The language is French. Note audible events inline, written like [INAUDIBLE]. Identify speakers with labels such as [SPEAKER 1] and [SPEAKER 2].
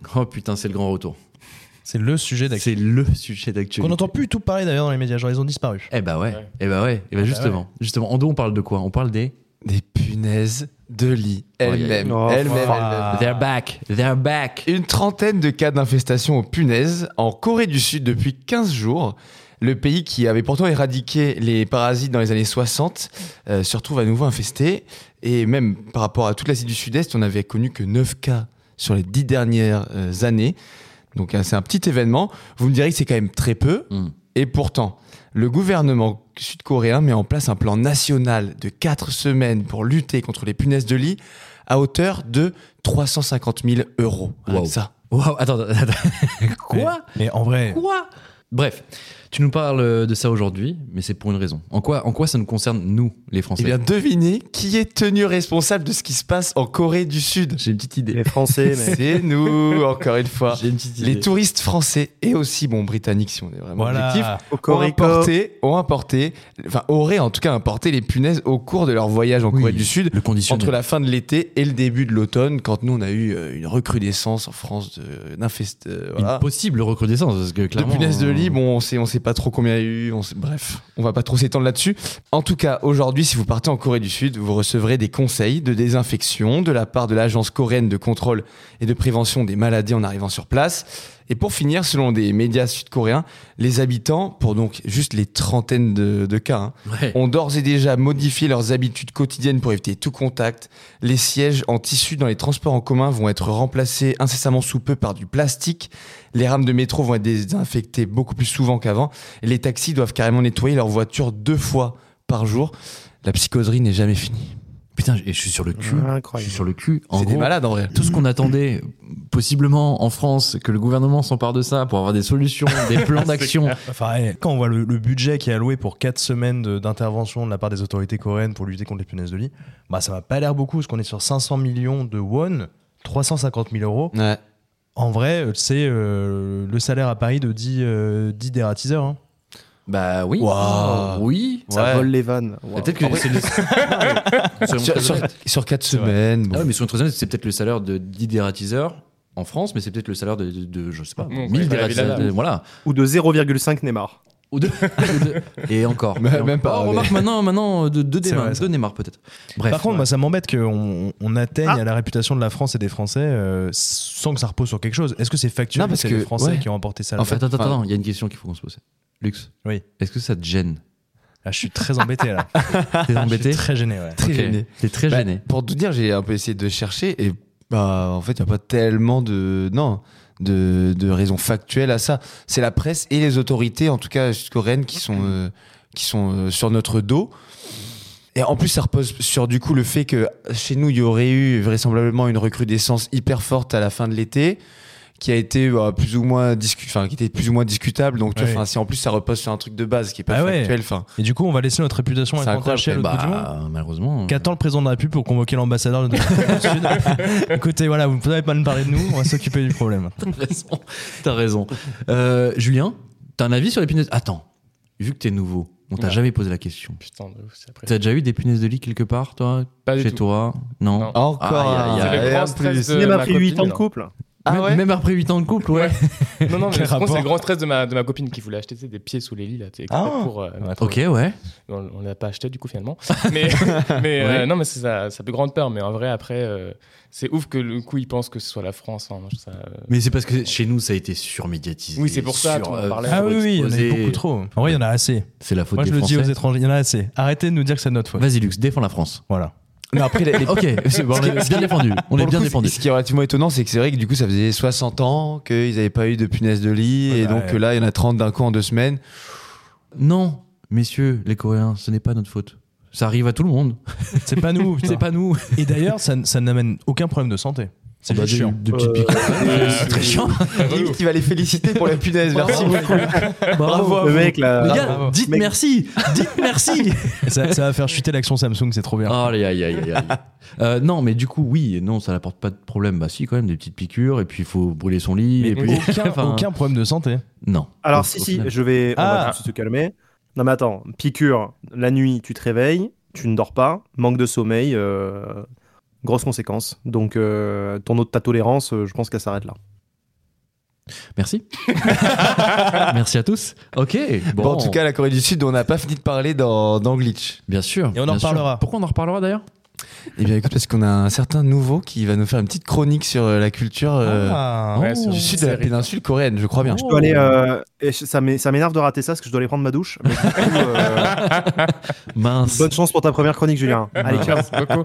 [SPEAKER 1] [LAUGHS] Oh putain, c'est le grand retour.
[SPEAKER 2] C'est le sujet d'actualité.
[SPEAKER 1] C'est le sujet d'actualité.
[SPEAKER 2] Qu'on n'entend plus du tout parler d'ailleurs dans les médias, genre ils ont disparu.
[SPEAKER 1] Eh bah ouais,
[SPEAKER 3] Ouais.
[SPEAKER 1] eh bah ouais. Eh bah
[SPEAKER 2] bah
[SPEAKER 1] justement, justement, en deux, on parle de quoi On parle des.
[SPEAKER 4] Des punaises de lit. Elles-mêmes.
[SPEAKER 3] Oh,
[SPEAKER 4] Elles-mêmes.
[SPEAKER 3] ah.
[SPEAKER 4] elles-mêmes.
[SPEAKER 1] They're back, they're back.
[SPEAKER 4] Une trentaine de cas d'infestation aux punaises en Corée du Sud depuis 15 jours. Le pays qui avait pourtant éradiqué les parasites dans les années 60 euh, se retrouve à nouveau infesté. Et même par rapport à toute l'Asie du Sud-Est, on n'avait connu que 9 cas sur les 10 dernières euh, années. Donc euh, c'est un petit événement. Vous me direz que c'est quand même très peu.
[SPEAKER 1] Mm.
[SPEAKER 4] Et pourtant, le gouvernement sud-coréen met en place un plan national de 4 semaines pour lutter contre les punaises de lit à hauteur de 350 000 euros. Rien
[SPEAKER 1] Wow.
[SPEAKER 4] que ça. Eh
[SPEAKER 1] Wow, attends, attends, attends. [LAUGHS] Quoi
[SPEAKER 2] Mais en vrai,
[SPEAKER 1] Quoi Bref, tu nous parles euh, de ça aujourd'hui, mais c'est pour une raison. En quoi, en quoi ça nous concerne, nous, les Français
[SPEAKER 4] Eh bien, devinez qui est tenu responsable de ce qui se passe en Corée du Sud.
[SPEAKER 1] J'ai une petite idée.
[SPEAKER 3] Les Français,
[SPEAKER 4] [LAUGHS]
[SPEAKER 3] mais.
[SPEAKER 4] C'est nous, encore Ah, une fois.
[SPEAKER 1] J'ai une petite idée.
[SPEAKER 4] Les touristes français et aussi, bon, britanniques, si on est vraiment objectif,
[SPEAKER 2] voilà.
[SPEAKER 4] ont
[SPEAKER 3] Cocorico.
[SPEAKER 4] importé, ont importé, enfin, auraient en tout cas importé les punaises au cours de leur voyage en
[SPEAKER 1] Oui,
[SPEAKER 4] Corée du Sud.
[SPEAKER 1] Le conditionnel.
[SPEAKER 4] Entre la fin de l'été et le début de l'automne, quand nous on a eu euh, une recrudescence en France de- d'infest, euh,
[SPEAKER 1] Une
[SPEAKER 4] voilà,
[SPEAKER 1] possible recrudescence, parce que
[SPEAKER 4] de
[SPEAKER 1] clairement.
[SPEAKER 4] punaises de lit.
[SPEAKER 1] euh,
[SPEAKER 4] Bon, on sait, on sait pas trop combien il y a eu. On sait- bref, on va pas trop s'étendre là-dessus. En tout cas, aujourd'hui, si vous partez en Corée du Sud, vous recevrez des conseils de désinfection de la part de l'agence coréenne de contrôle et de prévention des maladies en arrivant sur place. Et pour finir, selon des médias sud-coréens, les habitants, pour donc juste les trentaines de, de cas, hein,
[SPEAKER 1] ouais.
[SPEAKER 4] ont d'ores et déjà modifié leurs habitudes quotidiennes pour éviter tout contact. Les sièges en tissu dans les transports en commun vont être remplacés incessamment sous peu par du plastique. Les rames de métro vont être désinfectées beaucoup plus souvent qu'avant. Et Les taxis doivent carrément nettoyer leur voiture deux fois par jour. La psychoserie n'est jamais finie.
[SPEAKER 1] Putain, et je suis sur le cul. Je suis
[SPEAKER 3] Incroyable.
[SPEAKER 1] sur le cul. En
[SPEAKER 4] C'est des
[SPEAKER 1] gros,
[SPEAKER 4] malades en vrai.
[SPEAKER 1] tout ce qu'on attendait, possiblement en France, que le gouvernement s'empare de ça pour avoir des [LAUGHS] solutions, des plans d'action.
[SPEAKER 2] Enfin, eh, quand on voit le, le budget qui est alloué pour 4 semaines de- d'intervention de, la part des autorités coréennes pour lutter contre les punaises de lit, bah ça m'a pas l'air beaucoup parce qu'on est sur 500 millions de won, 350 000 euros.
[SPEAKER 4] Ouais.
[SPEAKER 2] En vrai, euh, c'est euh, le salaire à Paris de 10, euh, 10 dératiseurs. hein.
[SPEAKER 1] Bah oui.
[SPEAKER 4] Waouh.
[SPEAKER 1] Oui.
[SPEAKER 3] Ça
[SPEAKER 4] Ouais.
[SPEAKER 3] vole les vannes.
[SPEAKER 1] Et
[SPEAKER 3] Wow.
[SPEAKER 1] Peut-être que c'est [LAUGHS] le- Soyons
[SPEAKER 4] Sur,
[SPEAKER 1] très
[SPEAKER 4] sur,
[SPEAKER 1] honnêtes.
[SPEAKER 4] sur quatre semaines. bon.
[SPEAKER 1] Ah ouais, mais sur une troisième, c'est peut-être le salaire de 10 dératiseurs en France, mais c'est peut-être le salaire de, de, de- je sais pas,
[SPEAKER 3] Bon,
[SPEAKER 1] 1000
[SPEAKER 3] ouais,
[SPEAKER 1] dératiseurs.
[SPEAKER 3] Villada.
[SPEAKER 1] de- voilà.
[SPEAKER 3] Ou de 0,5 Neymar.
[SPEAKER 1] Ou [LAUGHS] deux. ou deux. Et encore.
[SPEAKER 4] Même-
[SPEAKER 1] Et encore.
[SPEAKER 4] même pas,
[SPEAKER 1] Oh,
[SPEAKER 4] mais-
[SPEAKER 1] remarque, maintenant, maintenant, euh, de, de
[SPEAKER 2] C'est
[SPEAKER 1] Neymar,
[SPEAKER 2] vrai, ça.
[SPEAKER 1] de Neymar, peut-être. Bref.
[SPEAKER 2] Par contre, moi, ça m'embête qu'on on atteigne
[SPEAKER 3] Ah.
[SPEAKER 2] à la réputation de la France et des Français euh, sans que ça repose sur quelque chose. Est-ce que c'est factuel
[SPEAKER 4] Non,
[SPEAKER 2] que
[SPEAKER 4] parce
[SPEAKER 2] c'est
[SPEAKER 4] que-
[SPEAKER 2] les Français
[SPEAKER 4] ouais.
[SPEAKER 2] qui ont emporté ça
[SPEAKER 4] En
[SPEAKER 2] là-bas
[SPEAKER 4] fait,
[SPEAKER 1] attends, attends,
[SPEAKER 4] enfin-
[SPEAKER 1] attends, il y a une question qu'il faut qu'on se pose. Lux.
[SPEAKER 2] Oui.
[SPEAKER 1] Est-ce que ça te [LAUGHS] gêne
[SPEAKER 2] Ah, Je suis très embêté là.
[SPEAKER 1] T'es
[SPEAKER 2] Je
[SPEAKER 1] embêté
[SPEAKER 2] suis très gêné, ouais.
[SPEAKER 4] très
[SPEAKER 1] Ok.
[SPEAKER 4] gêné.
[SPEAKER 1] T'es très
[SPEAKER 4] Bah,
[SPEAKER 1] gêné.
[SPEAKER 4] pour tout dire, j'ai un peu essayé de chercher et bah en fait, il n'y a pas tellement de non de, de raisons factuelles à ça. C'est la presse et les autorités, en tout cas sud-coréennes, qui sont euh, qui sont euh, sur notre dos. Et en plus, ça repose sur du coup le fait que chez nous, il y aurait eu vraisemblablement une recrudescence hyper forte à la fin de l'été, qui a été bah, plus ou moins discu- enfin, qui était plus ou moins discutable. Donc, tu vois,
[SPEAKER 2] Ouais.
[SPEAKER 4] enfin, si en plus ça repose sur un truc de base qui est pas
[SPEAKER 2] Ah ouais.
[SPEAKER 4] factuel, enfin,
[SPEAKER 2] Et du coup, on va laisser notre réputation
[SPEAKER 4] C'est
[SPEAKER 2] être entachée à l'autre
[SPEAKER 4] incroyable.
[SPEAKER 2] bout du monde.
[SPEAKER 1] Bah, malheureusement.
[SPEAKER 2] Qu'attend le président de la République pour convoquer l'ambassadeur de notre
[SPEAKER 1] [LAUGHS]
[SPEAKER 2] Sud Écoutez, voilà, vous ne pouvez pas nous parler de nous, on va s'occuper du problème.
[SPEAKER 1] T'as raison. T'as raison. Euh, Julien, t'as un avis sur les punaises Attends, vu que t'es nouveau, on t'a
[SPEAKER 3] Ouais.
[SPEAKER 1] jamais posé la question.
[SPEAKER 3] Putain, de ouf, c'est après.
[SPEAKER 1] T'as déjà eu des punaises de lit quelque part, toi
[SPEAKER 5] Pas du
[SPEAKER 1] Chez
[SPEAKER 5] tout.
[SPEAKER 1] toi Non.
[SPEAKER 5] Non.
[SPEAKER 4] encore.
[SPEAKER 1] Ah, il y a- il y a-
[SPEAKER 4] un
[SPEAKER 5] C'est le grand stress
[SPEAKER 4] plus.
[SPEAKER 5] de-
[SPEAKER 3] Même
[SPEAKER 5] ma
[SPEAKER 3] après 8
[SPEAKER 5] copine,
[SPEAKER 3] ans de
[SPEAKER 5] là.
[SPEAKER 3] couple.
[SPEAKER 4] Ah
[SPEAKER 1] Même-
[SPEAKER 4] ouais.
[SPEAKER 1] Même après 8 ans de couple, ouais.
[SPEAKER 5] Non, non, mais
[SPEAKER 2] Quel
[SPEAKER 5] je pense que c'est
[SPEAKER 2] rapport
[SPEAKER 5] le grand stress de ma, de ma copine qui voulait acheter tu sais, des pieds sous les lits. Là, tu sais,
[SPEAKER 2] Ah.
[SPEAKER 5] exprès pour, euh, mettre-
[SPEAKER 1] ok, ouais.
[SPEAKER 5] On on l'a pas acheté du coup
[SPEAKER 1] [LAUGHS]
[SPEAKER 5] finalement. mais mais euh,
[SPEAKER 1] Ouais.
[SPEAKER 5] non, mais c'est sa, sa plus grande peur. Mais en vrai, après, euh, c'est ouf que le coup, il pense que ce soit la France. hein. Ça, euh,
[SPEAKER 1] Mais c'est parce que chez nous, ça a été surmédiatisé. euh,
[SPEAKER 5] Oui, c'est pour ça, tout le monde parlait.
[SPEAKER 2] Ah oui, oui, il y en a
[SPEAKER 1] surexposé.
[SPEAKER 2] beaucoup trop. En vrai, il y en a assez.
[SPEAKER 1] C'est la faute
[SPEAKER 2] Moi,
[SPEAKER 1] des
[SPEAKER 2] je le
[SPEAKER 1] Français.
[SPEAKER 2] dis aux étrangers, il y en a assez. Arrêtez de nous dire que c'est de notre faute.
[SPEAKER 1] Vas-y, Lux, défends la France.
[SPEAKER 2] Voilà.
[SPEAKER 4] Mais après, les- les-
[SPEAKER 1] Ok, c'est bon, on est bien défendu. On
[SPEAKER 4] Pour
[SPEAKER 1] est
[SPEAKER 4] le
[SPEAKER 1] bien
[SPEAKER 4] coup,
[SPEAKER 1] défendu.
[SPEAKER 4] Ce qui est relativement étonnant, c'est que c'est vrai que du coup, ça faisait 60 ans qu'ils n'avaient pas eu de punaises de lit. et
[SPEAKER 2] Ouais,
[SPEAKER 4] donc
[SPEAKER 2] ouais.
[SPEAKER 4] là, il y en a 30 d'un coup en deux semaines.
[SPEAKER 1] Non, messieurs, les Coréens, ce n'est pas notre faute. Ça arrive à tout le monde.
[SPEAKER 2] C'est pas nous. putain.
[SPEAKER 1] C'est pas nous.
[SPEAKER 2] Et d'ailleurs, ça, n- ça n'amène aucun problème de santé. C'est
[SPEAKER 1] Bah,
[SPEAKER 2] juste
[SPEAKER 1] des-
[SPEAKER 2] chiant.
[SPEAKER 1] des petites piqûres. C'est très chiant.
[SPEAKER 4] Limite, il va les
[SPEAKER 2] [LAUGHS]
[SPEAKER 4] féliciter pour la punaise. Merci
[SPEAKER 1] Bravo.
[SPEAKER 4] beaucoup.
[SPEAKER 1] Bravo.
[SPEAKER 4] Bravo.
[SPEAKER 3] Le mec, là.
[SPEAKER 1] Les
[SPEAKER 2] Bravo.
[SPEAKER 1] gars,
[SPEAKER 2] Bravo.
[SPEAKER 1] dites
[SPEAKER 3] Mec.
[SPEAKER 1] merci. Dites merci.
[SPEAKER 2] Et Ça, ça va faire chuter l'action Samsung, c'est trop bien.
[SPEAKER 1] Oh, [LAUGHS] aïe, aïe, aïe, aïe, aïe. Euh, non, mais du coup, oui, non, ça n'apporte pas de problème. Bah, si, quand même, des petites piqûres, et puis il faut brûler son lit. et puis,
[SPEAKER 2] Aucun,
[SPEAKER 1] [LAUGHS] enfin,
[SPEAKER 2] aucun problème de santé.
[SPEAKER 1] Non. Au-
[SPEAKER 3] Alors, si,
[SPEAKER 1] au
[SPEAKER 3] si,
[SPEAKER 1] final.
[SPEAKER 3] je vais. On va
[SPEAKER 2] Ah.
[SPEAKER 3] tout de suite se calmer. Non, mais attends, piqûre, la nuit, tu te réveilles, tu ne dors pas, manque de sommeil, euh, grosse conséquence. Donc, euh, ton, autre- ta tolérance, euh, je pense qu'elle s'arrête là.
[SPEAKER 1] Merci. Merci à tous. Ok. Bon,
[SPEAKER 4] Bon, en tout cas, la Corée du Sud, on n'a pas fini de parler dans, dans Glitch.
[SPEAKER 1] bien sûr.
[SPEAKER 2] Et on en
[SPEAKER 1] bien sûr.
[SPEAKER 2] reparlera.
[SPEAKER 1] Pourquoi on en reparlera d'ailleurs
[SPEAKER 4] Eh bien, écoute, parce qu'on a un certain nouveau qui va nous faire une petite chronique sur euh, la culture euh,
[SPEAKER 2] Ah.
[SPEAKER 1] Oh.
[SPEAKER 5] Ouais, sur-
[SPEAKER 4] du sud de la
[SPEAKER 5] série.
[SPEAKER 4] péninsule coréenne, je crois bien.
[SPEAKER 1] Oh.
[SPEAKER 3] Je dois aller, euh, et je- ça m'é- ça m'énerve de rater ça parce que je dois aller prendre ma douche. Mais du coup, euh,
[SPEAKER 1] Mince.
[SPEAKER 3] bonne chance pour ta première chronique, Julien. Allez, ciao.
[SPEAKER 5] Merci beaucoup.